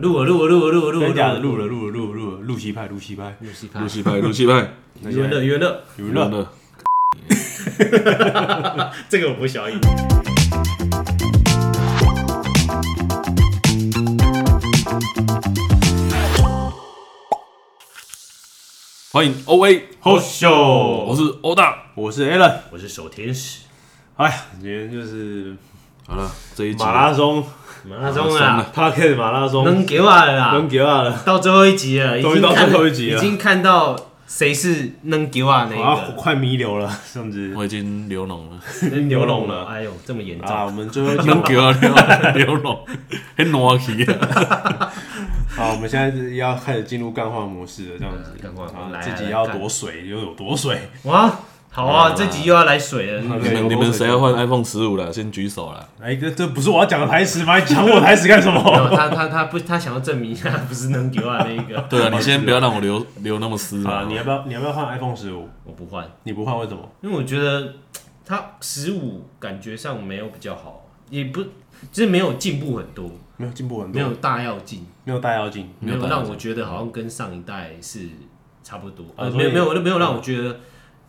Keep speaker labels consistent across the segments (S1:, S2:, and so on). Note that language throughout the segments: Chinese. S1: 录了，录了，录了，录了，录
S2: 真
S1: 了，
S2: 的假的？录了，录了，录了，录了，录西派，录西派，
S1: 录戏拍
S3: 露，西派，露西派，
S1: 余文乐，余文乐，
S2: 有
S3: 娱
S2: 人
S3: 乐
S2: 乐。
S3: 呢？
S1: 这个我不小意。
S3: 欢迎 O A，
S2: 好秀，
S3: 我是欧大。
S2: 我是 Alan。
S1: 我是守天使，
S2: 哎呀，今天就是
S3: 好了，这一集
S2: 马拉松
S1: 马拉松
S3: 马拉
S1: 啊，
S3: 松
S2: p a r k e t 马拉松，
S1: 能给我了
S2: 能
S1: 啦，
S2: 给啊了，
S1: 到最后一集了，已
S2: 终于
S1: 经
S2: 到
S1: 看
S2: 最后一集了
S1: 已经看到谁是能给我那
S2: 啊，我
S1: 个
S2: 快弥留了，是不是？
S3: 我已经流脓了，
S2: 牛龙 了
S1: 哎呦，这么严
S2: 啊，我
S1: 重，
S2: 们最后一 集
S3: 能给我流脓，很暖气。啊
S2: 好，我们现在是要开始进入干化模式了，这样子
S1: 嗯。干话
S2: 啊
S1: 来啊
S2: 自己
S1: 来
S2: 要
S1: 干
S2: 躲水就有躲水。
S1: 哇，好啊，这集又要来水了，
S3: 你们你们谁要换 iPhone 十五了？先举手了。
S2: 哎，这这不是我要讲的台词吗？你抢我台词干 什
S1: 没有
S2: 么？
S1: 他他他不，他想要证明一下不是能给我那一 个，
S3: 对啊，你先不要让我流流那么湿
S2: 啊，
S3: 嘛
S2: 你。要不要你要不要换 iPhone 十五？
S1: 我不换，
S2: 你不换为什么？
S1: 因为我觉得他十五感觉上没有比较好，也不就是没有进步很多，
S2: 没有进步很
S1: 没
S2: 多，
S1: 有大跃进，
S2: 没有大妖精。
S3: 没
S1: 没有
S3: 有大跃进
S1: 让我觉得好像跟上一代是差不多，
S2: 啊
S1: 呃，
S2: 所
S1: 没
S2: 以
S1: 有没有没有让我觉得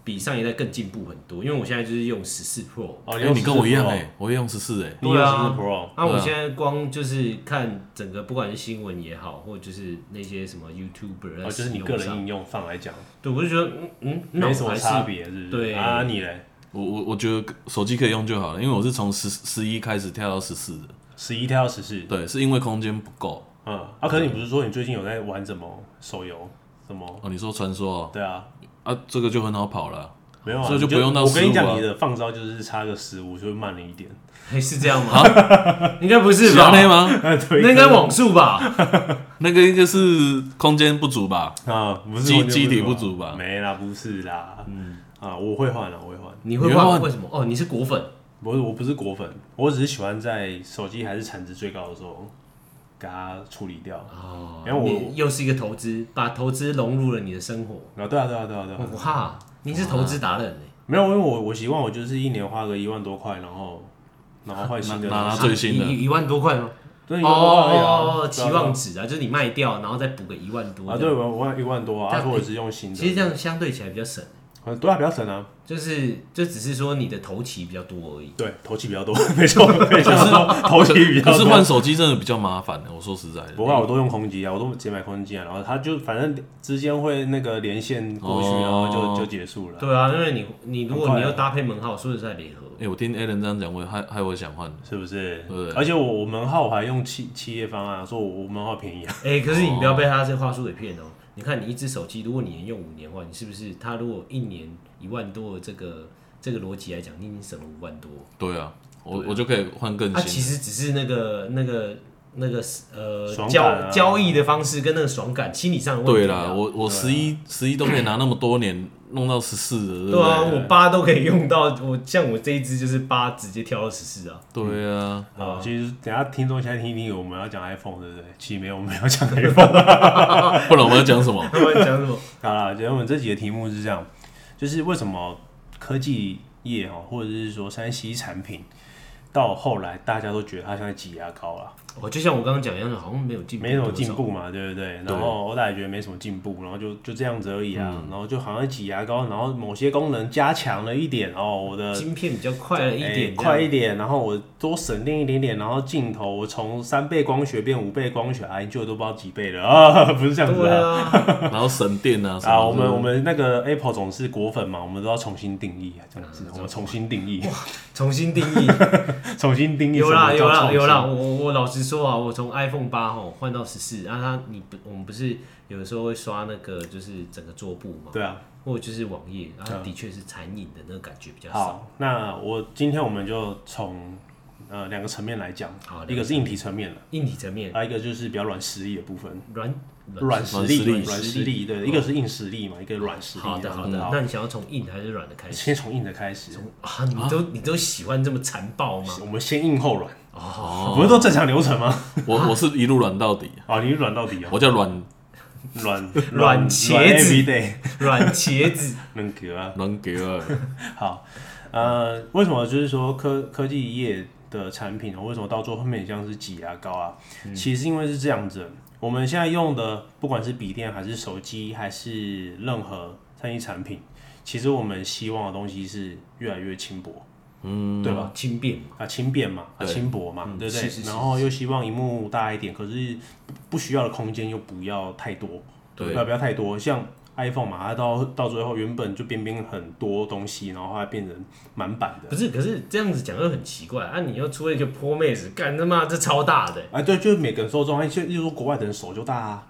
S1: 比上一代更进步很多，因为我现在就是用十四 Pro，啊
S2: 哦，
S3: 哎，你跟我一样
S2: 哎、
S3: 哎，我也用十四哎。
S2: 你用十
S1: 对
S2: 四
S1: 啊
S2: Pro，哦
S1: 啊，
S3: 对啊
S1: 我现在光就是看整个不管是新闻也好，或者就是那些什么 YouTuber，啊 E
S2: 哦，就是你个人应用放来讲，
S1: 对，我就觉得嗯嗯，那
S2: 没什
S1: 我
S2: 么
S1: 还是
S2: 差别，是不是？
S1: 对
S2: 啊，你嘞，
S3: 我我我觉得手机可以用就好了，因为我是从十十一开始跳到十四的。
S2: 十一跳到十四，
S3: 对，是因为空间不够。
S2: 嗯，啊，可是你不是说你最近有在玩什么手游？什么？
S3: 哦，你说传说哦
S2: 对啊，
S3: 啊，这个就很好跑了。
S2: 没有啊，
S3: 所以就
S2: 你
S3: 不用到
S2: 我跟你
S3: 15
S2: 讲，
S3: 啊
S2: 你的放招就是差个十五，就会慢了一点。
S1: 还是这样吗？应该不是
S2: 啊
S1: 吧？
S3: 小内啊吗？
S1: 那应该网速吧？
S3: 那个应该是空间不足吧？
S2: 啊，不是
S3: 机
S2: 完全
S3: 机体
S2: 不
S3: 不
S2: 足
S3: 足
S2: 啊
S3: 吧
S2: 没啦，不是啦，嗯，啊，我会换啦，我会换。
S1: 你会
S3: 你会
S1: 换
S3: 换
S1: 为什么？哦，你是果粉，
S2: 不是，我不是果粉，我只是喜欢在手机还是产值最高的时候给它处理掉。哦，因为我
S1: 你又是一个投资，把投资融入了你的生活。
S2: 啊，对啊，对啊，对啊，对啊，
S1: 哇，你是投资达人欸
S2: 没有，因为我我习惯我就是一年花个一万多块，然后然后换新的，
S3: 拿拿
S1: 啊
S3: 最新的
S1: 一一万多块吗？
S2: 对
S1: 哦
S2: 一万多块而已啊对啊
S1: 期望值啊，就是你卖掉，然后再补个一万多
S2: 啊，
S1: 这
S2: 对，
S1: 样。
S2: 我我一万多啊，
S1: 但
S2: 或者是用新的，
S1: 其实这样相对起来比较省，
S2: 啊对啊，比较省啊，
S1: 就是就只是说你的头期比较多而已。
S2: 对，头期比较多， 没错，没错，头期比较
S3: 可是换
S2: 多。
S3: 手机真的比较麻烦的，我说实在的。
S2: 不过我都用空机啊，我都直接买空机啊，然后它就反正之间会那个连线过去，
S3: 哦
S2: 然后就就结束了。
S1: 对啊，因为你你如
S2: 很
S1: 果
S2: 快啊
S1: 你要搭配门号，说实在联合，
S3: 哎、我听 Alan 这样讲，我也害害我想换。
S2: 是不是
S3: 对？
S2: 而且我我门号我还用企企业方案，说我我门号便宜啊，
S1: 哎、可是你不要被他这话术给骗哦。你看，你一只手机，如果你能用五年的话，你是不是他如果一年一万多的这个这个逻辑来讲，你已经省了五万多。
S3: 对啊，我我就可以换更
S1: 它、啊其
S3: 新。
S1: 实只是那个那个那个呃、
S2: 爽
S1: 交
S2: 感啊
S1: 交易的方式跟那个爽感、心理上的问
S3: 对
S1: 题、啊
S3: 啦，我我十一十一都可以拿那么多年，弄到十四了，对
S1: 对啊，
S3: 不
S1: 我八都可以用到，我像我这一只就是八直接跳到十四啊。
S3: 对？对啊，
S2: 啊，其实等一下听众现在听一听，我们要讲 iPhone 对不对？其实没有， 我们要讲 iPhone。
S3: 不然我们要讲什么？
S1: 他们讲什么？
S2: 好啦，今天我们这几个题目是这样，就是为什么科技业哈，或者是说山西产品，到后来大家都觉得它像在挤牙膏啦，
S1: 我就像我刚刚讲一样，好像没有进步，
S2: 没什么进。步嘛，对不对？然后欧大也觉得没什么进步，然后就就这样子而已啊，然后就好像挤牙膏，然后某些功能加强了一点哦，我的
S1: 晶片比较呃快了一
S2: 哎
S1: 点、
S2: 快一点，然后我多省电一点点，然后镜头我从三倍光学变五倍光学，哎，就都不知道几倍了 啊，不是这
S1: 这
S2: 样
S1: 样
S2: 子
S1: 对
S2: 啊。
S1: 啊，
S3: 然后省电啊什么
S2: 啊，我
S3: 的
S2: 们我们那个 Apple 总是果粉嘛，我们都要重新定义啊，这样
S1: 嗯
S2: 子，我们重新定义，
S1: 重新定 义。
S2: 重新定义什
S1: 有啦
S2: 么
S1: 有
S2: 叫创
S1: 啦
S2: 新。
S1: 有啦，我我老实说啊，我从 iPhone 八吼换到十四，然后它你不我们不是有的时候会刷那个就是整个桌布嘛，
S2: 对啊，
S1: 或者就是网页，然后的确是残影的那个感觉比较少。
S2: 好，那我今天我们就从呃两个层面来讲
S1: 好，
S2: 一个是硬体层面了，
S1: 硬体层面
S2: 还有一个就是比较软实力的部分，
S1: 软
S2: 软实
S3: 力
S2: 力，
S3: 软
S2: 软
S3: 实
S2: 实力，对，一个是硬实力嘛，一个软实
S1: 嗯
S2: 力。
S1: 好嗯的好的，那你想要从硬的还是软的开始？
S2: 先从硬的开始，
S1: 啊，你都你都喜欢这么残暴吗？
S2: 我们先硬后软，
S3: 哦，
S2: 不是都正常流程吗？
S3: 我我是一路软到底，
S2: 啊，你软到底啊，
S3: 我叫软
S2: 软
S1: 软茄子
S2: 对，
S1: 软茄子，
S2: 能给啊。
S3: 软给二，
S2: 好，呃，为什么就是说科科技业的产品，为什么到最后面像是挤牙膏啊？其实因为是这样子，我们现在用的不管是笔电还是手机还是任何三 C 产品，其实我们希望的东西是越来越轻薄， 嗯，对吧？
S1: 吧？轻便，
S2: 啊，轻便嘛，啊，
S3: 对
S2: 轻薄嘛，
S1: 嗯
S2: 对不对？
S1: 是是是
S2: 然后又希望荧幕大一点，可是不不需要的空间又不要太多，
S3: 对
S2: 不要不要太多。像 iPhone 嘛，它到到最后原本就边边很多东西，然后它变成满版的。
S1: 不是？可是这样子讲又很奇怪啊！你又出了一个坡妹子，干他妈这超大的、
S2: 哎，对，就是每个人受众，哎，就例如说国外的人手就大啊，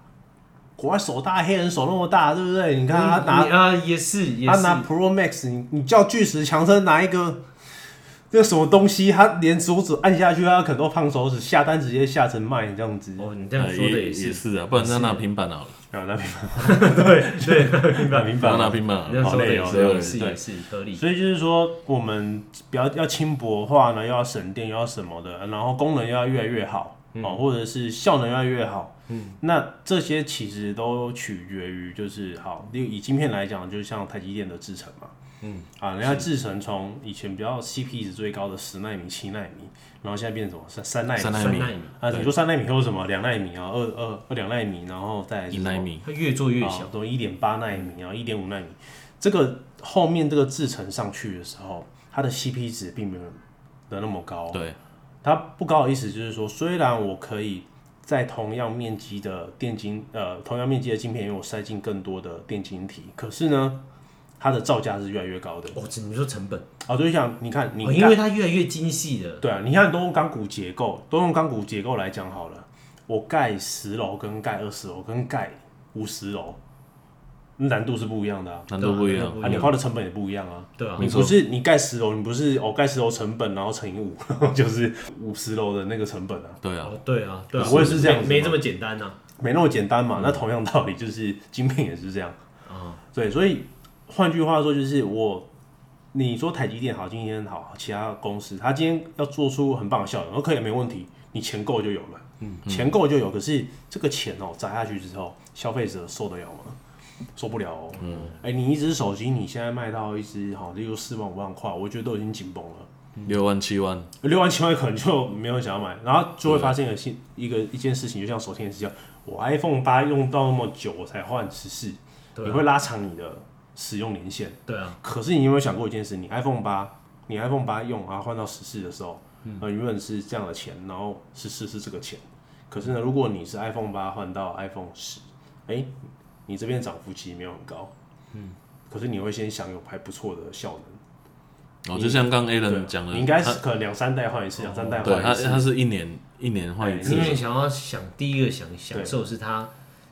S2: 国外手大，黑人手那么大，对不对？你看他
S1: 嗯
S2: 拿
S1: 你啊，也是也
S2: 他
S1: 是，
S2: 拿 Pro Max，你你叫巨石强森拿一个那什么东西，他连手指按下去，他可能都胖手指，下单直接下成卖这样子。
S1: 哦，你这样
S3: 哎
S1: 说的
S3: 也
S1: 也是，
S3: 也是啊，不然他拿平板好了，
S2: 啊，那明
S1: 对对， 明
S2: 白
S1: 白。
S2: 明
S3: 不
S2: 白
S3: 然
S2: 了
S3: 拿。平板好
S1: 你
S3: 了
S1: 这样说的也
S2: 好
S1: 是
S2: 累哦
S1: 也是
S2: 对
S1: 也是合理。
S2: 所以就是说，我们比较要轻薄化呢，又要省电，又要什么的，然后功能又要越来越好、哦，或者是效能越来越好。嗯，那这些其实都取决于就是好，例如以晶片来讲，就像台积电的制程嘛，嗯，啊，人家制程从以前比较 CP 值最高的十纳米、七纳米，然后现在变成什么三三纳米
S3: 三
S1: 三纳
S3: 纳
S1: 米
S3: 米，
S2: 啊，你说三纳米或者什么两纳米啊，二二二两纳米，然后再来是
S3: 一
S2: 什么
S3: 纳米，
S1: 它越做越小
S2: 啊，都一点八纳米，然后一点五纳米，这个后面这个制程上去的时候，它的 CP 值并没有的那么高。
S3: 对，
S2: 它不高的意思就是说，虽然我可以在同样面积的电晶，呃，同样面积的晶片，因为我塞进更多的电晶体，可是呢，它的造价是越来越高的。
S1: 哦，只能说成本，
S2: 啊，就是想你看，你
S1: 哦因为它越来越精细了。
S2: 对啊，你看都用钢骨结构，都用钢骨结构来讲好了。我盖十楼跟盖二十楼跟盖五十楼，难度是不一样的啊，
S3: 难度不一样
S1: 对，
S2: 啊你花的成本也不一样啊。
S1: 对啊，
S2: 你
S3: 没
S2: 不
S3: 错
S2: 是你盖十楼，你不是哦盖十楼成本，然后乘以五， 就是五十楼的那个成本啊，
S3: 对啊，
S1: 哦，对啊，对啊，
S2: 我也是这样子嘛
S1: 没没这么简单啊呐。
S2: 没那么简单嘛。那同样道理，就是晶片也是这样。
S1: 啊，
S2: 对，所以换句话说，就是我，你说台积电好，今天好，其他公司它今天要做出很棒的效能，OK 没问题，你钱够就有了，嗯，钱够就有。可是这个钱哦、砸下去之后，消费者受得了吗？受不了哦、嗯，哎、你一只手机你现在卖到一只好，例如四万五万块，我觉得都已经紧绷了。
S3: 六万七万，
S2: 六万七万可能就没有想要买，然后就会发现有新一个一件事情，就像手机也是一样，我 iPhone 八用到那么久，我才换十四，
S1: 对啊
S2: 你会拉长你的使用年限。
S1: 对啊，
S2: 可是你有没有想过一件事？你 iPhone 八，你 iPhone 八用啊换到十四的时候，
S1: 嗯
S2: 呃，原本是这样的钱，然后十四是这个钱。可是呢，如果你是 iPhone 八换到 iPhone 十，哎，你这边涨幅其实没有很高，嗯，可是你会先享有还不错的效能。
S3: 哦，就像刚 a l a
S2: 对啊
S3: n 讲的，
S2: 你应该
S3: 他哦
S2: 是可能两三代换一次，两三代换
S3: 对他
S2: 一次。
S3: 他是一年一年换一
S2: 哎
S3: 次
S1: 因，为想要想第一个想享受是它，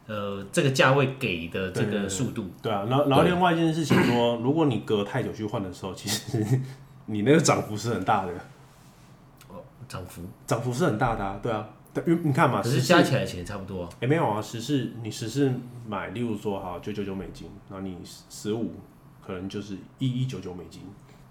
S1: 呃，这个价位给的这
S2: 对对
S1: 个
S2: 对
S1: 速度，
S2: 对啊，然后然后
S3: 对
S2: 另外一件事情说， 如果你隔太久去换的时候，其实你那个涨幅是很大的，
S1: 哦，涨幅，涨
S2: 涨幅是很大的啊，对啊，对，因为你看嘛，
S1: 可是
S2: 14
S1: 加起来钱差不多啊。
S2: 也、没有啊，十四你十四买，例如说好九九九美金，然后你十五可能就是一一九九美金，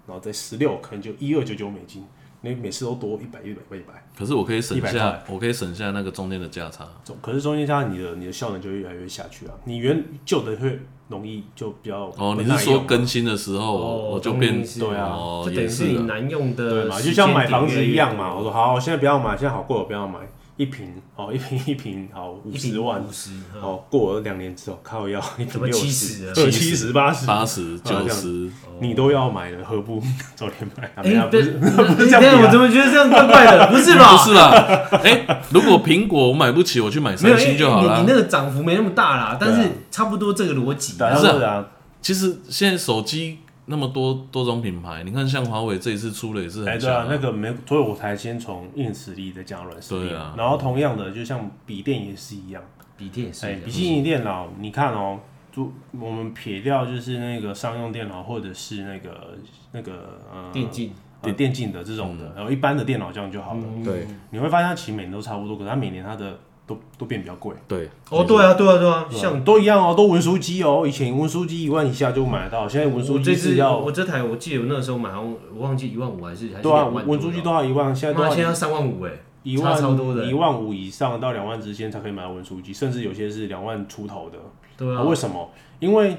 S2: 然后再十六可能就一二九九美金，你每次都多一百一百一百，
S3: 可是我可以省
S2: 100
S3: 下，我可以省下那个中间的价差，
S2: 总可是中间加上你的你的效能就越来越下去啊，你原旧的会容易就比较
S3: 哦，
S2: 不
S3: 你
S2: 耐
S3: 是说
S2: 用
S3: 更新的时候哦
S1: 哦
S3: 我我就变
S1: 懂你意思
S2: 对啊
S3: 哦
S1: 就等
S3: 也
S1: 于是
S3: 是
S1: 你
S3: 啊
S1: 难用
S2: 对
S1: 的
S2: 嘛，
S1: 时
S2: 就
S1: 间点越来越多，
S2: 像买房子一样嘛。我说好，现在不要买，现在好贵，我不要买，一平哦，一平一平好五
S1: 一
S2: 十
S1: 瓶
S2: 万
S1: 五，十，哦
S2: 哦，过了两年之后靠腰一
S1: 怎
S2: 平
S1: 么
S2: 六
S1: 70
S2: 十
S1: 了，
S2: 对七十八十，
S3: 八十九十，
S2: 你都要买了，何不 早点买？啊，没
S1: 哎
S2: 有，
S1: 不
S2: 不
S1: 是，
S2: 是
S1: 不
S2: 不是这样
S1: 等
S2: 比
S1: 一下
S2: 啊
S1: 我怎么觉得这样怪怪的？ 不是吧？
S3: 不是啦， 哎，如果苹果我买不起，我去
S1: 没有，
S3: 买三
S1: 因为
S3: 星就好
S1: 你
S3: 啦
S1: 你。那个涨幅没那么大啦，但
S2: 对
S1: 是
S2: 啊
S1: 差不多这个逻辑。
S2: 打
S3: 不是啊
S2: 算啊，
S3: 其实现在手机那么多多种品牌，你看像华为这一次出的也是
S2: 哎，
S3: 很
S2: 对啊
S3: 强，
S2: 那个没，所以我才先从硬实力再讲软实力
S3: 对啊。
S2: 然后同样的，就像笔电也是一样，
S1: 笔电也是啊
S2: 哎，
S1: 一样
S2: 笔记型电脑，你看哦，就我们撇掉就是那个商用电脑或者是那个那个呃
S1: 嗯电竞，
S2: 呃电竞的这
S1: 嗯
S2: 种的，然后一般的电脑这样就好了。
S3: 对
S2: 你会发现它其实每年都差不多，可是它每年它的都都变比较贵，
S3: 对
S1: 哦，对啊，对啊，对啊，像
S2: 像都一样哦，都文书机哦，以前文书机一万以下就买得到，现在文书
S1: 我这
S2: 机
S1: 次
S2: 是要
S1: 我这台，我记得我那个时候买，好像我忘记一万五还是还是
S2: 对啊，
S1: 两万多
S2: 文
S1: 了，
S2: 书机都要一万，现在都
S1: 妈现在
S2: 要
S1: 要三万五哎，
S2: 一
S1: 差超多
S2: 万
S1: 的
S2: 一万五以上到两万之间才可以买到文书机，甚至有些是两万出头的。
S1: 对啊
S2: 啊，为什么？因为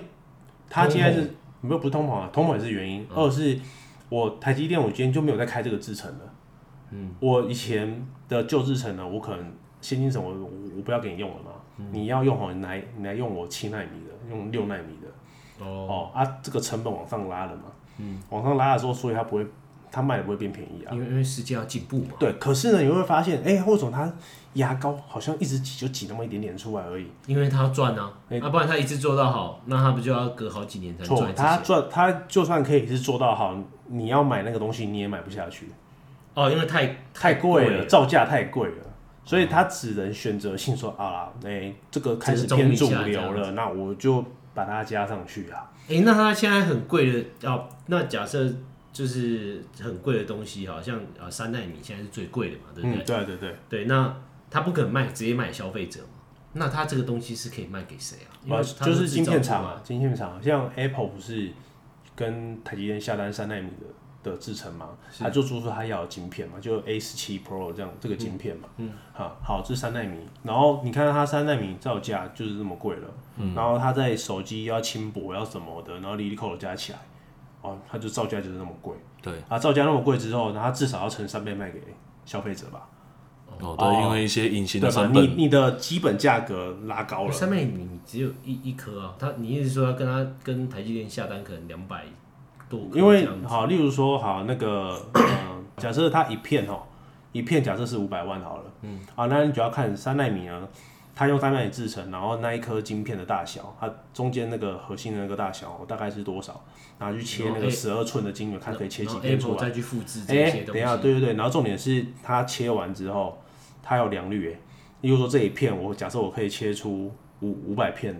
S2: 它现在是没有
S1: 嗯
S2: 不是通膨啊，通膨也是原因。二是我台积电，我今天就没有在开这个制程了。嗯，我以前的旧制程呢，我可能先进程我我我不要给你用了嘛，
S1: 嗯
S2: 你要用好，你来你来用我七纳米的，用六纳米的。
S1: 哦，
S2: 哦啊，这个成本往上拉了嘛，嗯，往上拉的时候，所以它不会，它卖的不会变便宜啊。
S1: 因为因为世界要进步嘛，
S2: 对，可是呢，你会发现，哎、霍总他牙膏好像一直挤就挤那么一点点出来而已。
S1: 因为他要赚啊，要不然他一次做到好，那他不就要隔好几年才
S2: 哎错
S1: 赚一，次
S2: 他
S1: 钱？
S2: 赚他就算可以是做到好，你要买那个东西你也买不下去，
S1: 哦，因为太
S2: 太贵
S1: 贵
S2: 了，造价太贵了。所以他只能选择性说啊，哎、这个开始
S1: 折中
S2: 偏
S1: 一下
S2: 主流
S1: 这样
S2: 了，那我就把它加上去啊。
S1: 哎、那它现在很贵的哦，那假设就是很贵的东西，好像啊三纳米现在是最贵的嘛，对不
S2: 嗯
S1: 对？，
S2: 对对对，
S1: 对，那它不可能卖直接卖消费者嘛，那它这个东西是可以卖给谁啊？因为
S2: 啊，
S1: 它
S2: 就是晶片厂
S1: 啊。
S2: 啊，晶片厂，像 Apple 不是跟台积电下单三纳米的的制程嘛，他就做出他要的晶片嘛，就 A 十七 Pro 这样这个晶片嘛，嗯，好，好，这三纳米，然后你看它三纳米造价就是这么贵了，然后它在手机要轻薄要什么的，然后 l i l o 加起来，哦，它就造价就是那么贵，
S3: 对，
S2: 啊，造价那么贵之后，那它至少要乘三倍卖给消费者吧，
S3: 哦，对，因为一些隐形
S2: 对
S3: 的
S2: 吧？
S3: 成
S2: 你
S3: 本，
S2: 你的基本价格拉高了，
S1: 三纳米你只有一一颗啊，它你意思说要跟它跟台积电下单可能两百多颗
S2: 因
S1: 这
S2: 为
S1: 样子，
S2: 好，例如说好那个，呃，假设它一片哦，一片假设是五百万好了，嗯，啊，那你就要看三纳米呢，它用三纳米制成，然后那一颗晶片的大小，它中间那个核心的那个大小、大概是多少，拿去切那
S1: 然后
S2: 个
S1: A-
S2: 十二寸的晶圆，看可以切
S1: 然
S2: 几
S1: 后
S2: 片出
S1: Apple
S2: 来。
S1: 再去复制这
S2: 哎、
S1: 些东
S2: 等一
S1: 西。
S2: 下，对对对，然后重点是它切完之后，它有良率诶，欸例如说这一片，我假设我可以切出五五百片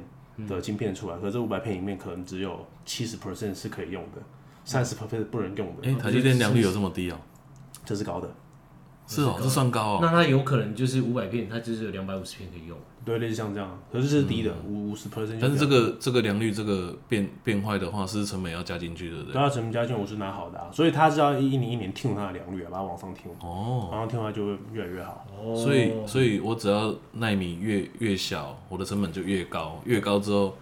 S2: 的晶片出来，可是五百片里面可能只有七十 percent 是可以用的，三十 percent 不能用的，
S3: 哎，台积电良率有这么低哦？
S2: 这是高的，
S3: 是哦，这算高哦。
S1: 那它有可能就是五百片，它就是有两百五十片可以用。
S2: 对，类似像这样，可是这是低的，五五十 percent，
S3: 嗯但是这个这个良率这个变变坏的话，是成本要加进去，对不对？
S2: 对啊，成本加权我是拿好的啊，所以它是要一年一年听它的良率啊，把它往上听，
S3: 哦，
S2: 往上听的话就会越来越好。
S1: 哦
S3: 所以所以我只要纳米越越小，我的成本就越高，越高之后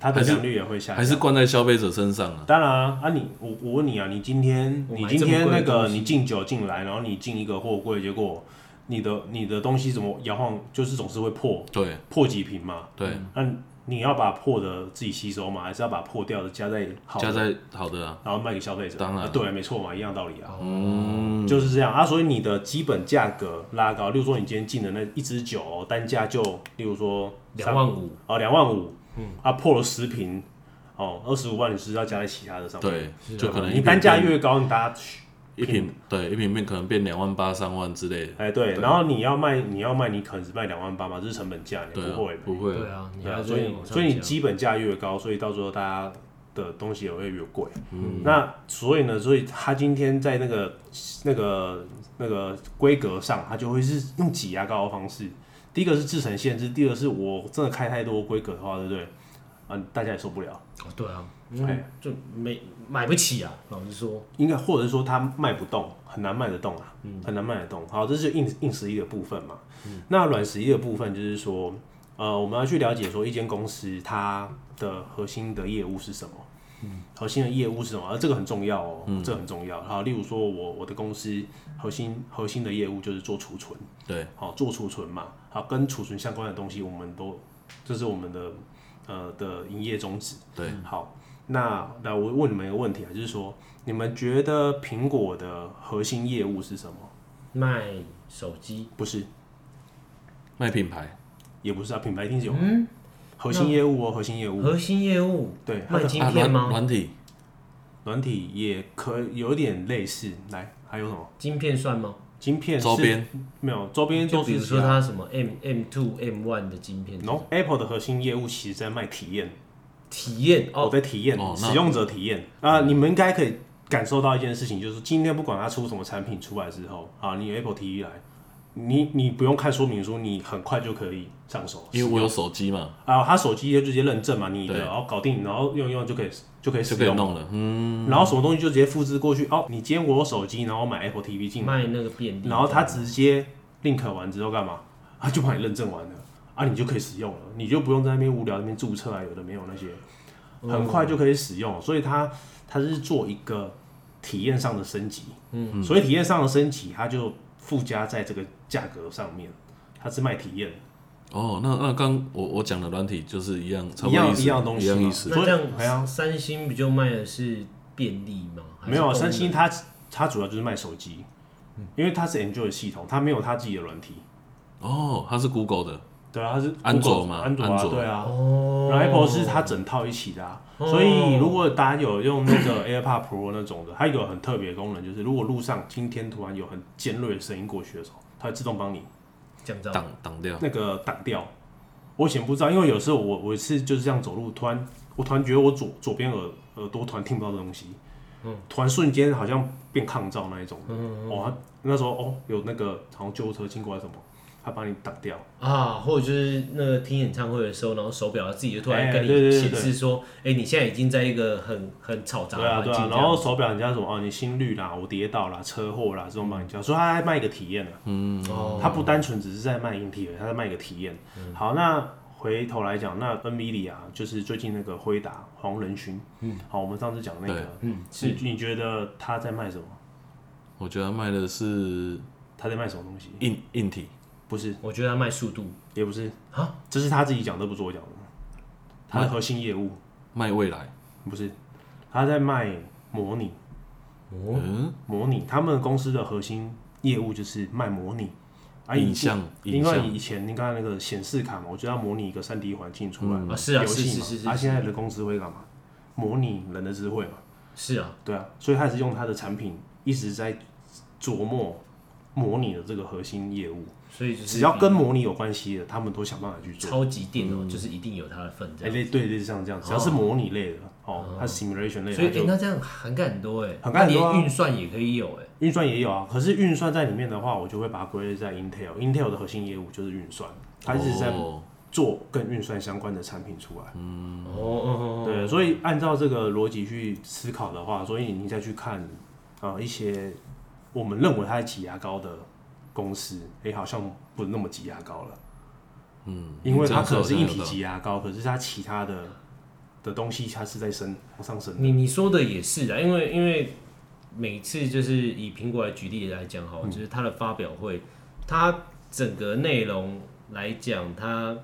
S2: 它的
S3: 还是
S2: 良率也会下降，
S3: 还是灌在消费者身上啊。
S2: 当然啊，啊你我我问你啊，你今天
S1: 我买
S2: 你今天
S1: 这
S2: 那
S1: 么贵的
S2: 个
S1: 东西
S2: 你进酒进来，然后你进一个货柜，结果你的你的东西怎么摇晃，就是总是会破
S3: 对
S2: 破几瓶嘛。
S3: 对，
S2: 那、你要把破的自己吸收嘛，还是要把破掉的加在好的
S3: 加在好的啊，
S2: 然后卖给消费者？
S3: 当然
S2: 啊对，没错嘛，一样道理啊，
S1: 哦
S3: 嗯，
S2: 就是这样啊。所以你的基本价格拉高，例如说你今天进的那一支酒、单价就，例如说
S1: 两万五，
S2: 啊两万五，嗯，啊破了十瓶，哦二十五万，你是不是要加在其他的上面。
S3: 对，就可能一
S2: 你
S3: 瓶
S2: 啊单价
S3: 变
S2: 越高，你大家去
S3: 一瓶，对一瓶面可能变两万八、三万之类的。
S2: 哎对，然后你要卖你要卖，你可能只卖两万八嘛，这是成本价，你
S3: 对啊
S2: 不会，
S3: 不会，
S1: 对啊，你
S2: 对
S1: 还
S2: 啊，
S1: 要
S2: 所以
S1: 再往上
S2: 所以你
S1: 加
S2: 基本价越高，所以到时候大家的东西也会越贵。
S3: 嗯
S2: 那所以呢，所以他今天在那个那个那个规格上，他就会是用挤牙膏的方式。第一个是制成限制，第二个是我真的开太多规格的话，对不对？啊，大家也受不了。
S1: 哦，对啊，
S2: 哎
S1: 嗯，就没买不起啊，老实说，
S2: 应该或者是说它卖不动，很难卖得动啊，很难卖得动。好，这是硬硬实力的部分嘛。那软实力的部分就是说，呃，我们要去了解说一间公司它的核心的业务是什么。核心的业务是什么？而这个很重要哦，这个很重要。好，例如说我我的公司核心核心的业务就是做储存，
S3: 对，
S2: 好做储存嘛，好跟储存相关的东西，我们都这是我们的呃的营业宗旨。
S3: 对，
S2: 好，那那我问你们一个问题啊，就是说你们觉得苹果的核心业务是什么？
S1: 卖手机
S2: 不是，
S3: 卖品牌，
S2: 也不是啊，品牌一定是有，嗯，核心业务哦，核心业务，
S1: 核心业务
S2: 对，它
S1: 卖
S2: 的
S1: 晶
S3: 啊
S1: 片
S3: 软
S1: 吗？
S3: 软体
S2: 软体也可有点类似。来，还有什么？
S1: 晶片算吗？
S2: 晶片是
S3: 周边，
S2: 没有，周边
S1: 就
S2: 都
S1: 比
S2: 是
S1: 如说它什么 M M two M one 的晶片
S2: no Apple 的核心业务其实在卖体验，
S1: 体验
S2: 我
S1: 哦，
S2: 在体验
S3: 哦那
S2: 使用者体验啊，你们应该可以感受到一件事情，就是今天不管它出什么产品出来之后啊，你有 Apple TV 来，你你不用看说明书，你很快就可以上手。
S3: 因为我有手机嘛，
S2: 啊，它手机就直接认证嘛，你的，
S3: 对
S2: 然后搞定，然后用一用就可以就可以
S3: 就
S2: 使
S3: 可以
S2: 用，
S3: 弄了。嗯，
S2: 然后什么东西就直接复制过去。哦，你今天我有手机，然后我买 Apple TV 进来，
S1: 卖那个便利，
S2: 然后它直接 link 完之后干嘛？它就帮你认证完了，啊，你就可以使用了，你就不用在那边无聊那边注
S1: 嗯
S2: 册啊，有的没有那些。很快就可以使用，所以它它是做一个体验上的升级。嗯，所以体验上的升级，它就附加在这个价格上面，它是卖体验。
S3: 哦，那那刚我我讲的软体就是一样，差不
S2: 一样
S3: 多意思
S2: 一样东西
S3: 一样
S2: 嘛
S3: 意思。
S2: 所
S1: 那
S2: 以
S1: 这
S2: 还要
S1: 样，三星不就卖的是便利吗？还是
S2: 没有，啊
S1: 功能嗯
S2: 三星它它主要就是卖手机，因为它是 Android 系统，它没有它自己的软体。
S3: 哦，它是 Google 的，
S2: 对啊，它是
S3: 安卓
S2: Google-
S3: 嘛
S2: 安卓
S3: 安
S2: 啊，
S3: 卓
S2: 对啊。
S1: 哦，
S2: 然后 Apple 是它整套一起的、啊，所以如果大家有用那个 AirPod Pro 那种的，它有个很特别的功能，就是如果路上今天突然有很尖锐的声音过去的时候，它会自动帮你
S1: 降噪
S3: 挡挡掉。
S2: 那个挡掉。我以前不知道，因为有时候我我是就是这样走路，突然我突然觉得我左左边耳耳朵突然听不到的东西，嗯，突然瞬间好像变抗噪那一种，嗯哦，它那时候哦有那个好像救护车经过还是什么，它帮你挡掉，
S1: 啊，或者就是那个听演唱会的时候，然后手表啊它自己就突然
S2: 哎
S1: 跟你
S2: 对对对
S1: 显示说，哎，你现在已经在一个很很嘈杂
S2: 对
S1: 的
S2: 啊
S1: 环
S2: 对
S1: 境
S2: 啊，
S1: 这
S2: 然后
S1: 样。
S2: 手表人家什么哦你心率啦，我跌倒啦，车祸啦这种帮你叫，所以它还卖一个体验呢、啊嗯
S1: 哦，嗯
S2: 它不单纯只是在卖硬体而已，它在卖一个体验。好，那回头来讲，那 NVIDIA 啊就是最近那个辉达黄仁勋，嗯，好，我们上次讲那
S3: 对
S2: 个，
S1: 嗯，
S2: 你
S1: 是
S2: 你觉得他在卖什么？
S3: 我觉得它卖的是
S2: 他在卖什么东西？
S3: 硬硬体，
S2: 不是，
S1: 我觉得它卖速度
S2: 也不是
S1: 啊，
S2: 这是他自己讲的，不是我讲的。他的核心业务
S3: 卖未来。
S2: 不是，他在卖模拟，
S1: 哦，
S3: 嗯，
S2: 模拟他们公司的核心业务就是卖模拟。啊，以
S3: 影像
S2: 因为
S3: 影像
S2: 以前你刚才那个显示卡嘛，我就要模拟一个三 D 环境出来
S1: 嗯
S2: 嘛，
S1: 啊是啊
S2: 游戏嘛
S1: 是是是是
S2: 啊，现在的公司会干嘛？模拟人的智慧嘛，
S1: 是啊，
S2: 对啊，所以他也是用他的产品一直在琢磨模拟的这个核心业务，
S1: 所以就是
S2: 只要跟模拟有关系的，他们都想办法去做。
S1: 超级电脑就是一定有它的份这
S2: 哎，
S1: 样。
S2: 类对类似像这样，只要是模拟类的哦，它 simulation 类
S1: 所以哎，
S2: 的，
S1: 诶
S2: 它就
S1: 那这样涵盖很多哎，
S2: 涵盖很多啊
S1: 那连运算也可以有哎。
S2: 运算也有啊。可是运算在里面的话，我就会把它归类在 Intel，Intel 的核心业务就是运算，它一直在
S3: 哦
S2: 做跟运算相关的产品出来。
S1: 哦
S3: 嗯
S1: 哦哦，
S2: 对，所以按照这个逻辑去思考的话，所以你再去看啊、呃一些我们认为它是挤牙膏的公司，哎、好像不那么挤牙膏了，
S3: 嗯，
S2: 因为它可能
S3: 这
S2: 是
S3: 样啊
S2: 硬
S3: 说
S2: 体
S3: 好像有道理
S2: 挤牙膏，可是它其他的的东西它是在升往上升。
S1: 你你说的也是啊，因为因为每次就是以苹果来举例来讲好了，就是它的发表会，它整个内容来讲，它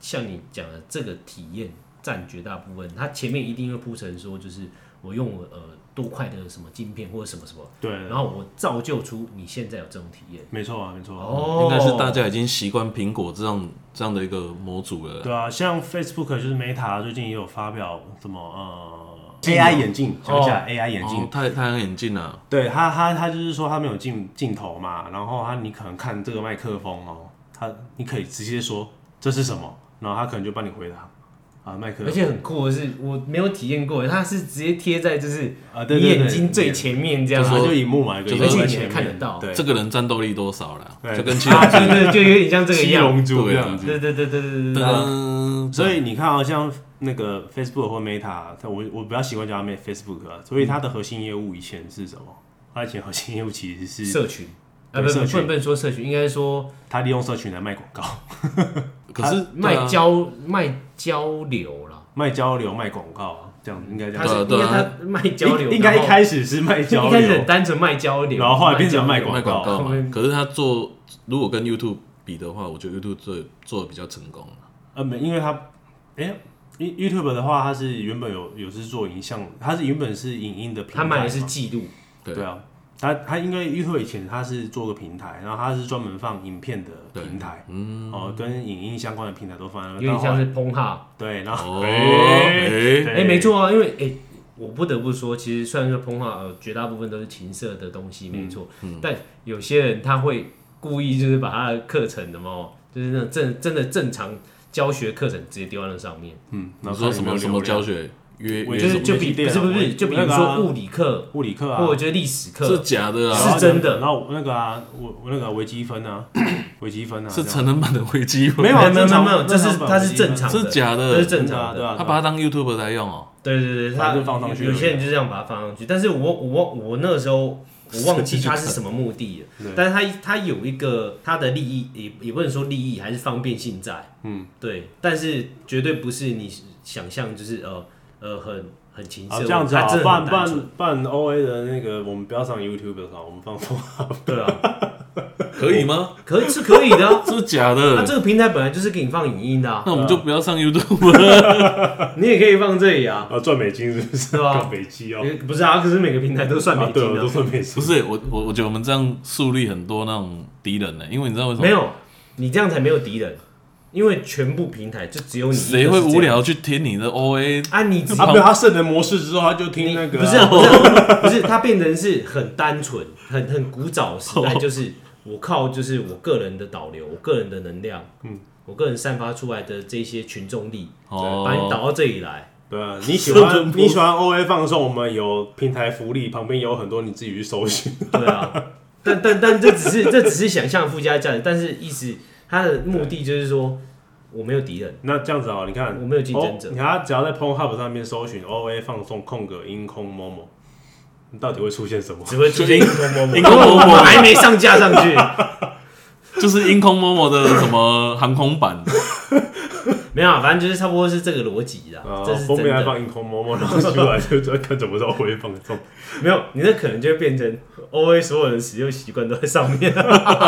S1: 像你讲的这个体验占绝大部分，它前面一定会铺陈说，就是我用我呃多块的什么晶片或者什么什么，
S2: 对
S1: 然，后我造就出你现在有这种体验。
S2: 没错啊，没错、啊。
S1: 哦
S3: 应该是大家已经习惯苹果这样这样的一个模组了。
S2: 对啊，像 Facebook 就是 Meta 最近也有发表什么呃
S1: 镜头
S2: AI 眼镜，想一下 AI 眼镜
S3: 哦，太太阳眼镜啊，
S2: 对他，他他就是说他没有镜镜头嘛，然后他你可能看这个麦克风哦，他你可以直接说这是什么，然后他可能就帮你回答啊麦克风，
S1: 而且很酷的是，我没有体验过，它是直接贴在就是
S2: 啊对
S1: 你
S2: 对对，
S1: 眼睛最前面这样，
S2: 就
S1: 然后
S2: 说
S1: 就
S2: 啊就荧幕嘛，
S1: 就
S2: 一个荧幕
S1: 而且
S2: 在
S1: 你
S2: 前面
S1: 看得到
S2: 对，
S3: 这个人战斗力多少啦？
S2: 对
S3: 就跟七
S1: 啊，对对，就有点像这个
S2: 七
S1: 样。
S2: 龙珠这样子。
S1: 对对啊对对对对对。
S2: 嗯
S3: 噔，
S2: 所以你看啊，像那个 Facebook 或 Meta，它我我比较习惯叫他们 Facebook，啊，所以它的核心业务以前是什么？它以前核心业务其实是
S1: 社群，啊，
S2: 对
S1: 不不
S2: 社群
S1: 不能不能说社群，应该说
S2: 它利用社群来卖广告、
S3: 可是
S2: 啊
S3: 啊
S1: 卖
S3: 胶，
S1: 交卖交流啦。
S2: 卖交流、卖广告，这样应该这
S1: 他
S2: 样。
S1: 是
S3: 对
S1: 应
S3: 啊
S1: 该他卖交流，
S2: 应 应该
S1: 然
S2: 一
S1: 后
S2: 开始是卖交
S1: 一开始
S2: 流
S1: 很，单纯卖交流，
S2: 然后后来变成卖
S1: 卖交
S2: 广告
S3: 卖广告
S1: 后
S2: 嗯
S1: 面
S3: 嘛。可是他做如果跟 YouTube 比的话，我觉得 YouTube 做做的比较成功啊了。
S2: 呃，没，因为它，哎、y o u t u b e 的话，它是原本有有是做影像，它是原本是影音的
S1: 流
S2: 平台
S1: 他
S2: 嘛，
S1: 卖的是记录，
S3: 对
S2: 对啊，它它因为 YouTube 以前它是做个平台，然后它是专门放影片的
S3: 对
S2: 平台，嗯，哦、跟影音相关的平台都放嗯
S1: 有
S2: 在那
S1: 点
S2: 边，到后
S1: 像
S2: 来
S1: 是 p o n h u
S2: 对，然后
S3: 哦，
S2: 哎
S3: 哎，
S2: 对
S1: 哎，没错啊，因为哎，我不得不说，其实虽然说 p o n h u 呃绝大部分都是情色的东西，没错，
S2: 嗯
S1: 但有些人他会故意就是把他的课程的嘛，就是那种正真的正常教学课程直接丢在那上面。
S2: 嗯，然
S3: 你
S2: 后
S3: 说
S2: 看
S3: 什
S2: 有没
S3: 么
S2: 有
S3: 什么
S2: 流量
S3: 教学约
S2: 我
S3: 约
S1: 就
S3: 什
S1: 是
S3: 么？
S1: 就比
S2: 我
S1: 不是不
S2: 我
S1: 是，就比
S2: 那
S1: 如
S2: 个啊
S1: 说物理课，
S2: 物理课啊，
S1: 或者就是历史
S3: 是
S1: 课，
S3: 假的
S2: 然
S3: 啊，
S2: 后
S1: 是真的
S2: 然后那个啊，我我那个微积分啊， 微积分啊，
S3: 是
S2: 这样
S3: 成人版的危机吗
S2: 没有
S1: 没
S2: 啊
S1: 有没有
S2: 正
S1: 没有
S2: 常
S1: 没有，这
S2: 正
S1: 是
S2: 常版
S1: 它
S2: 的
S1: 是正常
S3: 是
S1: 的，
S3: 假
S1: 这
S3: 的
S1: 是，正常
S2: 对
S1: 的。
S2: 啊
S3: 他把它当 YouTube 来用哦。
S1: 对对对，
S2: 反
S1: 他
S2: 正放上去
S1: 有
S2: 而已啊
S1: 些人就这样把它放上去，但是我我忘我那个时 候我忘记它是什么目的了
S2: 对，
S1: 但是它它有一个它的利益，也也不能说利益，还是方便性在，嗯，对，但是绝对不是你想象就是呃呃很很情
S2: 好，
S1: 色，
S2: 啊这样子
S1: 它
S2: 好，
S1: 真的
S2: 办
S1: 很单
S2: 办
S1: 纯，
S2: 办 O A 的那个，我们不要上 YouTube 上，我们放 风。
S1: 对啊，
S3: 可以吗？
S1: 可以是可以 的啊。
S3: 这是假
S1: 那
S3: 的，
S1: 这个平台本来就是给你放影音的啊，
S3: 那我们就不要上 YouTube 了。
S1: 你也可以放这里啊，
S2: 啊，赚美金是不是？
S1: 对啊
S2: 搞美金哦，
S1: 也不是啊，可是每个平台都算
S2: 啊
S1: 美
S2: 对，
S1: 金
S2: 我
S1: 的
S2: 都
S1: 啊，
S2: 算美金。
S3: 不是我，我我觉得我们这样树立很多那种敌人呢、因为你知道为什么？
S1: 没有你这样才没有敌人，因为全部平台就只有你一个是这
S3: 谁
S1: 样
S3: 会无聊去听你的 OA？
S1: 啊？你只
S2: 啊，没有他圣人模式之后，他就听那 个、
S1: 不是、啊、不是、啊、不是，它变成是很单纯、很很古早时
S2: 哦
S1: 代，就是我靠，就是我个人的导流，我个人的能量，嗯，我个人散发出来的这些群众力，把你
S3: 哦，
S1: 导到这里来，
S2: 对啊，你 喜欢你喜欢 O A 放送，我们有平台福利，旁边有很多你自己去搜寻。
S1: 对啊， 但但但这只是这只是想象的附加价值，但是意思它的目的就是说我没有敌人，
S2: 那这样子好，啊你看
S1: 我没有竞争者
S2: 哦你看他只要在 Pornhub 上面搜寻 O A 放送空格音空 Momo，你到底会出现什么？
S1: 只会出现
S3: 荧
S1: 荧
S3: 光
S1: 光
S3: 某
S1: 某
S3: 某
S1: 某还没上架上去，
S3: 就是音空 Momo 的什么航空版，
S1: 没有、啊，反正就是差不多是这个逻辑啦，
S2: 啊
S1: 这，是
S2: 封
S1: 真
S2: 面还
S1: 的。
S2: 放音空 Momo，然后出来就 就看怎么到 O A 放送。
S1: 没有，你那可能就会变成 O A 所有人使用习惯都在上面。啊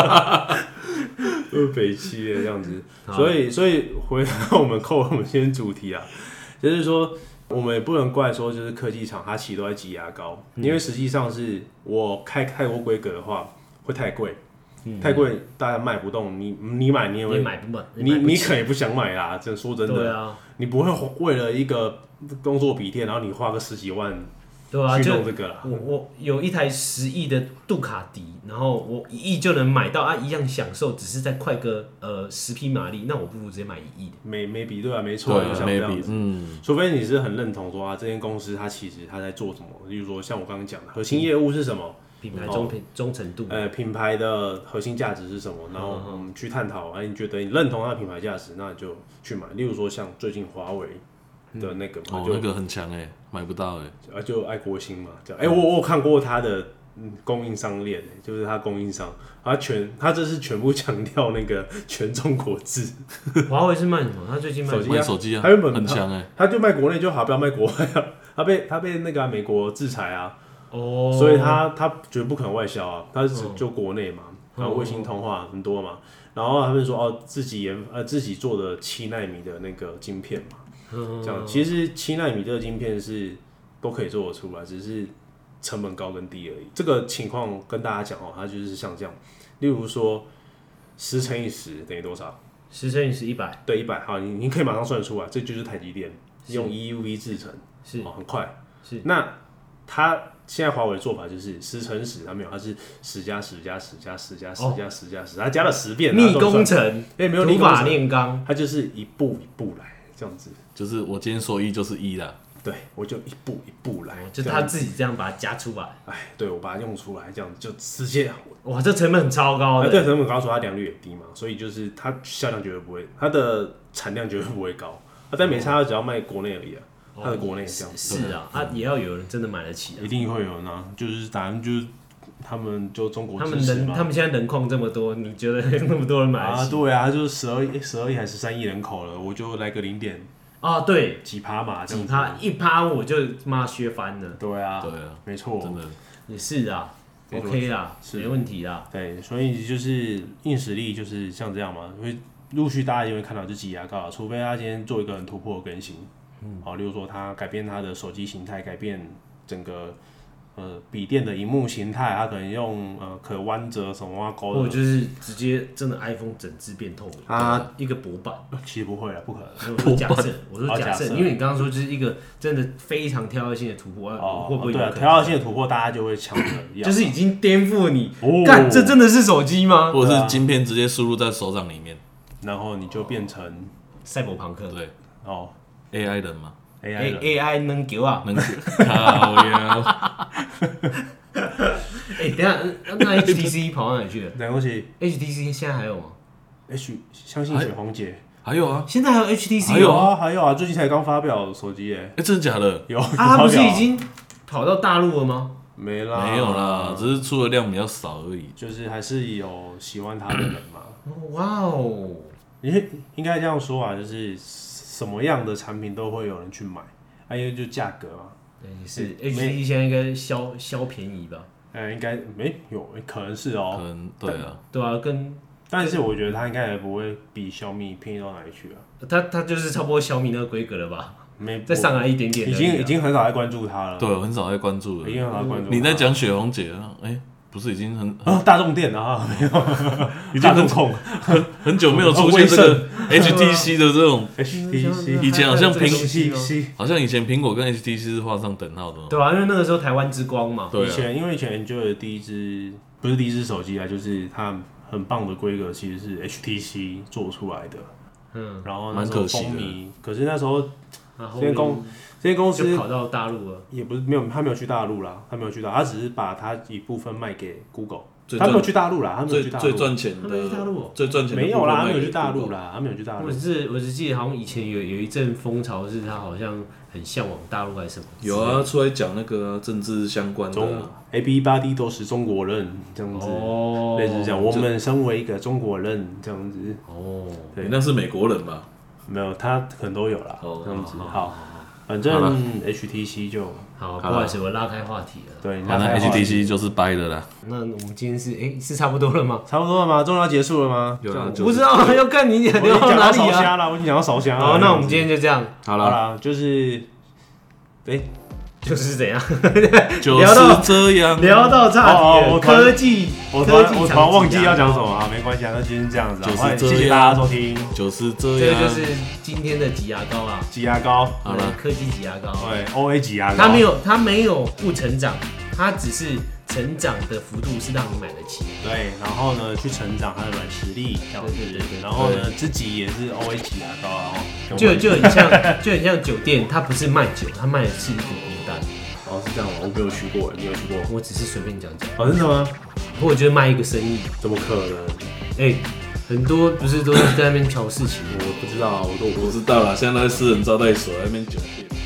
S2: 就是 北七的这样子。
S1: 好
S2: 所以，所以回到我们扣我们今天主题啊，就是说我们也不能怪说就是科技厂它其实都在挤牙膏，
S1: 嗯
S2: 因为实际上是我开太过规格的话会太贵，太贵大家卖不动，你你买你
S1: 嗯
S2: 也
S1: 你
S2: 会。
S1: 买不买？
S2: 你
S1: 买不
S2: 你
S1: 起
S2: 可能也不想买啦，真说真
S1: 对
S2: 的，
S1: 啊，
S2: 你不会为了一个工作笔电，然后你花个十几万
S1: 对啊，
S2: 去
S1: 就
S2: 弄这个啦。
S1: 我我有一台十亿的杜卡迪，然后我一亿就能买到啊，一样享受，只是再快个呃十匹马力，那我不如直接买一亿的。
S2: 没没比对啊，没错，
S3: 对
S2: 就像这样
S3: ，maybe，
S2: 子。
S3: 嗯，
S2: 除非你是很认同说啊，这间公司它其实它在做什么，例如说像我刚刚讲的，核心业务是什么，
S1: 品牌
S2: 哦
S1: 忠品忠诚
S3: 嗯
S1: 度，
S2: 呃，品牌的核心价值是什么，然后我们去探讨，哎，你觉得你认同它的品牌价值，那你就去买。例如说像最近华为的那个嘛，
S3: 哦，
S2: 就
S3: 那个很强哎、买不到哎、
S2: 啊就爱国心嘛，这样。哎，
S3: 嗯
S2: 我我有看过它的嗯供应商链，就是它供应商，它全它这是全部强调那个 全中国制，
S1: 华为是卖什么？它最近卖
S2: 手机啊
S3: 买手机啊，
S2: 还有本
S3: 很强哎、
S2: 它就卖国内就好，不要卖国外啊。它被它被那个啊、美国制裁啊，
S1: 哦，
S2: 所以它它绝对不可能外销啊，它是只
S1: 嗯
S2: 就国内嘛，
S1: 嗯
S2: 然后卫星通话很多嘛，然后他们说哦自己研呃自己做的七纳米的那个晶片嘛，
S1: 嗯
S2: 这样其实七纳米这个晶片是都可以做得出来，只是成本高跟低而已。这个情况跟大家讲哦，它就是像这样，例如说十乘以十等于多少？
S1: 十乘以十一百
S2: 对，一百。好，你你可以马上算得出来，这就是台积电用 EUV 制成。
S1: 是
S2: 哦，很快。
S1: 是
S2: 那它现在华为的做法就是十乘十，它没有，它是十加十加十加十加十加十加十，它加了十遍，
S1: 哦逆
S2: 然后
S1: 工
S2: 算，
S1: 程，
S2: 哎，没有逆
S1: 土
S2: 工
S1: 法
S2: 程，
S1: 炼钢，
S2: 它就是一步一步来这样子。
S3: 就是我今天说一就是一啦，
S2: 对，我就一步一步来，
S1: 哦就
S2: 这
S1: 他
S2: 样，
S1: 自己这样把它哦加出来，
S2: 哎，对我把它用出来，这样子就直接。
S1: 哇，这成本很超高
S2: 哎
S1: 的。
S2: 对，成本高，所以它良率也低嘛，所以就是它销量绝对不会，它的产量绝对不会高。它但没差，它只要卖国内而已啊，
S1: 哦
S2: 它的国内也这样子。
S1: 是啊，啊，也要有人真的买得起啊
S2: 一。定嗯会有人啊，就是打算就是他们就中国
S1: 他们
S2: 支持
S1: 人，
S2: 嘛
S1: 他们现在人控这么多，你觉得 那么多人买得
S2: 啊，
S1: 起？
S2: 对啊，就是十二亿、十二亿还是三亿人口了，我就来个零点
S1: 啊，对，
S2: 几趴嘛，这
S1: 几
S2: 样子。
S1: 趴一趴我就妈削翻了，
S2: 对啊，
S3: 对啊，
S2: 没错
S3: 真，的，
S1: 也是啊
S2: 没错
S1: ，OK 啦，
S2: 是
S1: 没问题啦，
S2: 对，所以就是硬实力就是像这样嘛，会陆续大家也会看到就挤牙膏啊了，除非他今天做一个很突破的更新，嗯，好，例如说他改变他的手机形态，改变整个。呃，笔电的荧幕形态，它可能用呃可弯折什么挖沟的，
S1: 或者就是直接真的 iPhone 整只变透明
S2: 啊，
S1: 一个薄 板。
S2: 其实不会了，啊不可能。
S1: 我说假设，我说
S2: 哦
S1: 假
S2: 假设
S1: 设，因为你刚刚说就是一个真的非常挑战性的突破，啊
S2: 哦，
S1: 会不会有
S2: 对啊，
S1: 可能
S2: 调到性的突破，大家就会抢着要。
S1: 就是已经颠覆你
S2: 哦？
S1: 干，这真的是手机
S2: 啊
S1: 吗？
S3: 或者是晶片直接输入在手掌里面，
S2: 然后你就变成
S1: 赛博朋克
S3: 对
S2: 哦
S3: AI 人嘛，
S2: AI
S1: ，A
S2: 人，
S1: A I 能给啊？
S3: 能靠呀，
S1: 哎，等一下，那 那 H T C 跑到哪里去了
S2: 哪个东西
S1: ？H T C 现在还有吗？
S2: ？H 相信雪红姐
S3: 还有啊，
S1: 哎现在还有 H T C
S3: 还有
S2: 啊，还有啊，最近才刚发表手机耶
S3: 哎、，真的假的？
S2: 有
S1: 啊，他不是
S2: 发表
S1: 已经跑到大陆了吗？
S2: 没啦？
S3: 没有啦，，只是出的量比较少而已。
S2: 就是还是有喜欢他的人嘛。
S1: 哇哦，
S2: 你应该这样说啊，就是什么样的产品都会有人去买，啊，因为就价格嘛，
S1: 对，也哎是 H
S2: 没
S1: D 现在应该消消便宜吧？
S2: 呃，应该没有，可能是哦、
S3: 可能对啊，
S1: 对啊，跟
S2: 但是我觉得它应该也不会比小米便宜到哪里去啊。
S1: 它它就是差不多小米那个规格了吧？
S2: 没
S1: 再上来一点
S2: 我
S1: 点而已
S2: 已
S1: 啊，
S2: 经已经很少在关注它了，
S3: 对，我很少在关注
S2: 已
S3: 了。
S2: 经哎很少在关注它。
S3: 你在讲雪红姐，哎、不是已经很
S2: 啊、大众店 啊，没有，
S3: 已经
S2: 大众
S3: 很
S2: 控
S3: 很久 没有出现这个 HTC 的这种，
S2: 哎 HTC
S3: 以前好像
S1: 还有这个
S3: 苹
S1: 东西吗
S2: HTC。
S3: 好像以前苹果跟 HTC 是画上等号的哦。
S1: 对啊，因为那个时候台湾之光嘛，
S3: 对
S2: 以
S3: 啊，
S2: 前因为以前就有第一支不是第一支手机啊，就是它很棒的规格，其实是 HTC 做出来的。
S1: 嗯，
S2: 然后那
S3: 蛮
S2: 时候
S3: 可惜
S2: 风
S3: 的
S2: 靡，可是那时候
S1: 然后
S2: 所以公这些公
S1: 就
S2: 司
S1: 跑到大陆了，
S2: 也不是没有，他没有去大陆啦，他没有去大，他只是把他一部分卖给 Google，
S3: 最
S2: 他
S3: 赚
S2: 没有去大陆啦，他没有
S3: 最
S2: 去大
S3: 最
S2: 陆，
S3: 赚钱
S1: 他们去大
S3: 的
S1: 陆哦
S3: 最赚钱的
S2: 没有啦，他没有去大
S3: 部分卖给
S2: 陆
S3: Google
S2: 啦，他没有去大陆
S1: 我，只是我只记得好像以前有有一阵风潮是他好像很向往大陆还是什么，
S3: 有，啊，出来讲那个啊政治相关的
S2: 中
S3: 啊，
S2: A B 八 D 都是中国人这样子，
S1: 哦，
S2: 类似这样，我们身为一个中国人这样子，
S1: 哦，
S2: 对
S3: 你那是美国人吧？
S2: 没有他可能都有啦，
S3: 哦
S2: 这样子
S1: 好
S2: 好，反
S3: 好了
S2: 正 HTC 就
S1: 好，不
S3: 好
S1: 好意思，我拉开话题了。
S2: 对，
S3: 好，啊那
S2: 开话题
S3: HTC 就是掰的啦。
S1: 那我们今天是哎是差不多了吗？
S2: 差不多了吗？终于要结束了吗？
S3: 有啊
S2: 这样
S3: 就
S1: 不知道要看 你
S2: 我已
S1: 聊
S2: 经
S1: 到
S2: 讲
S1: 哪
S2: 到烧哦
S1: 里啊？
S2: 虾了，我已经讲到烧虾了。
S1: 好，那我们
S2: 这
S1: 今
S2: 样
S1: 天就这样，
S3: 好
S2: 子好，啦，就是，哎，
S1: 就是怎样
S3: 就
S1: 聊
S3: 是
S1: 到
S3: 这样。啊
S1: 聊到差
S2: 哦哦
S1: 点
S2: 我突然
S1: 科技，
S2: 我突
S1: 科
S2: 然
S1: 技
S2: 我突
S1: 厂
S2: 然忘
S1: 家
S2: 记要讲什么啊，没关系啊，那今天这样子
S3: 就是
S2: 啊，欢迎
S3: 这
S2: 谢谢
S3: 样
S2: 大家收听
S3: 就是
S1: 这
S3: 这
S1: 个就
S3: 样。啊
S1: 是今天的挤牙膏啊，
S2: 挤牙膏，
S3: 好了
S1: 对科技挤牙膏。啊
S2: 对，O A 挤牙膏，
S1: 它没有，它没有不成长，它只是成长的幅度是让你买得起。
S2: 对，然后呢去成长它的软实力，这样子
S1: 对对对对
S2: 然后呢自己也是 O A 挤牙膏，然后啊哦跟
S1: 就
S2: 我们
S1: 就很像，就很像酒店，它不是卖酒，它卖的是一个孤单。
S2: 哦是这样吗？我没有去过，你有去过？
S1: 我只是随便讲讲，
S2: 哦，真的吗？
S1: 或者就是卖一个生意。
S2: 怎么可能？
S1: 哎、很多不是都是在那边挑事情吗
S2: 我不知道，我都我
S3: 我知道了，现在都在私人招待所那边酒店。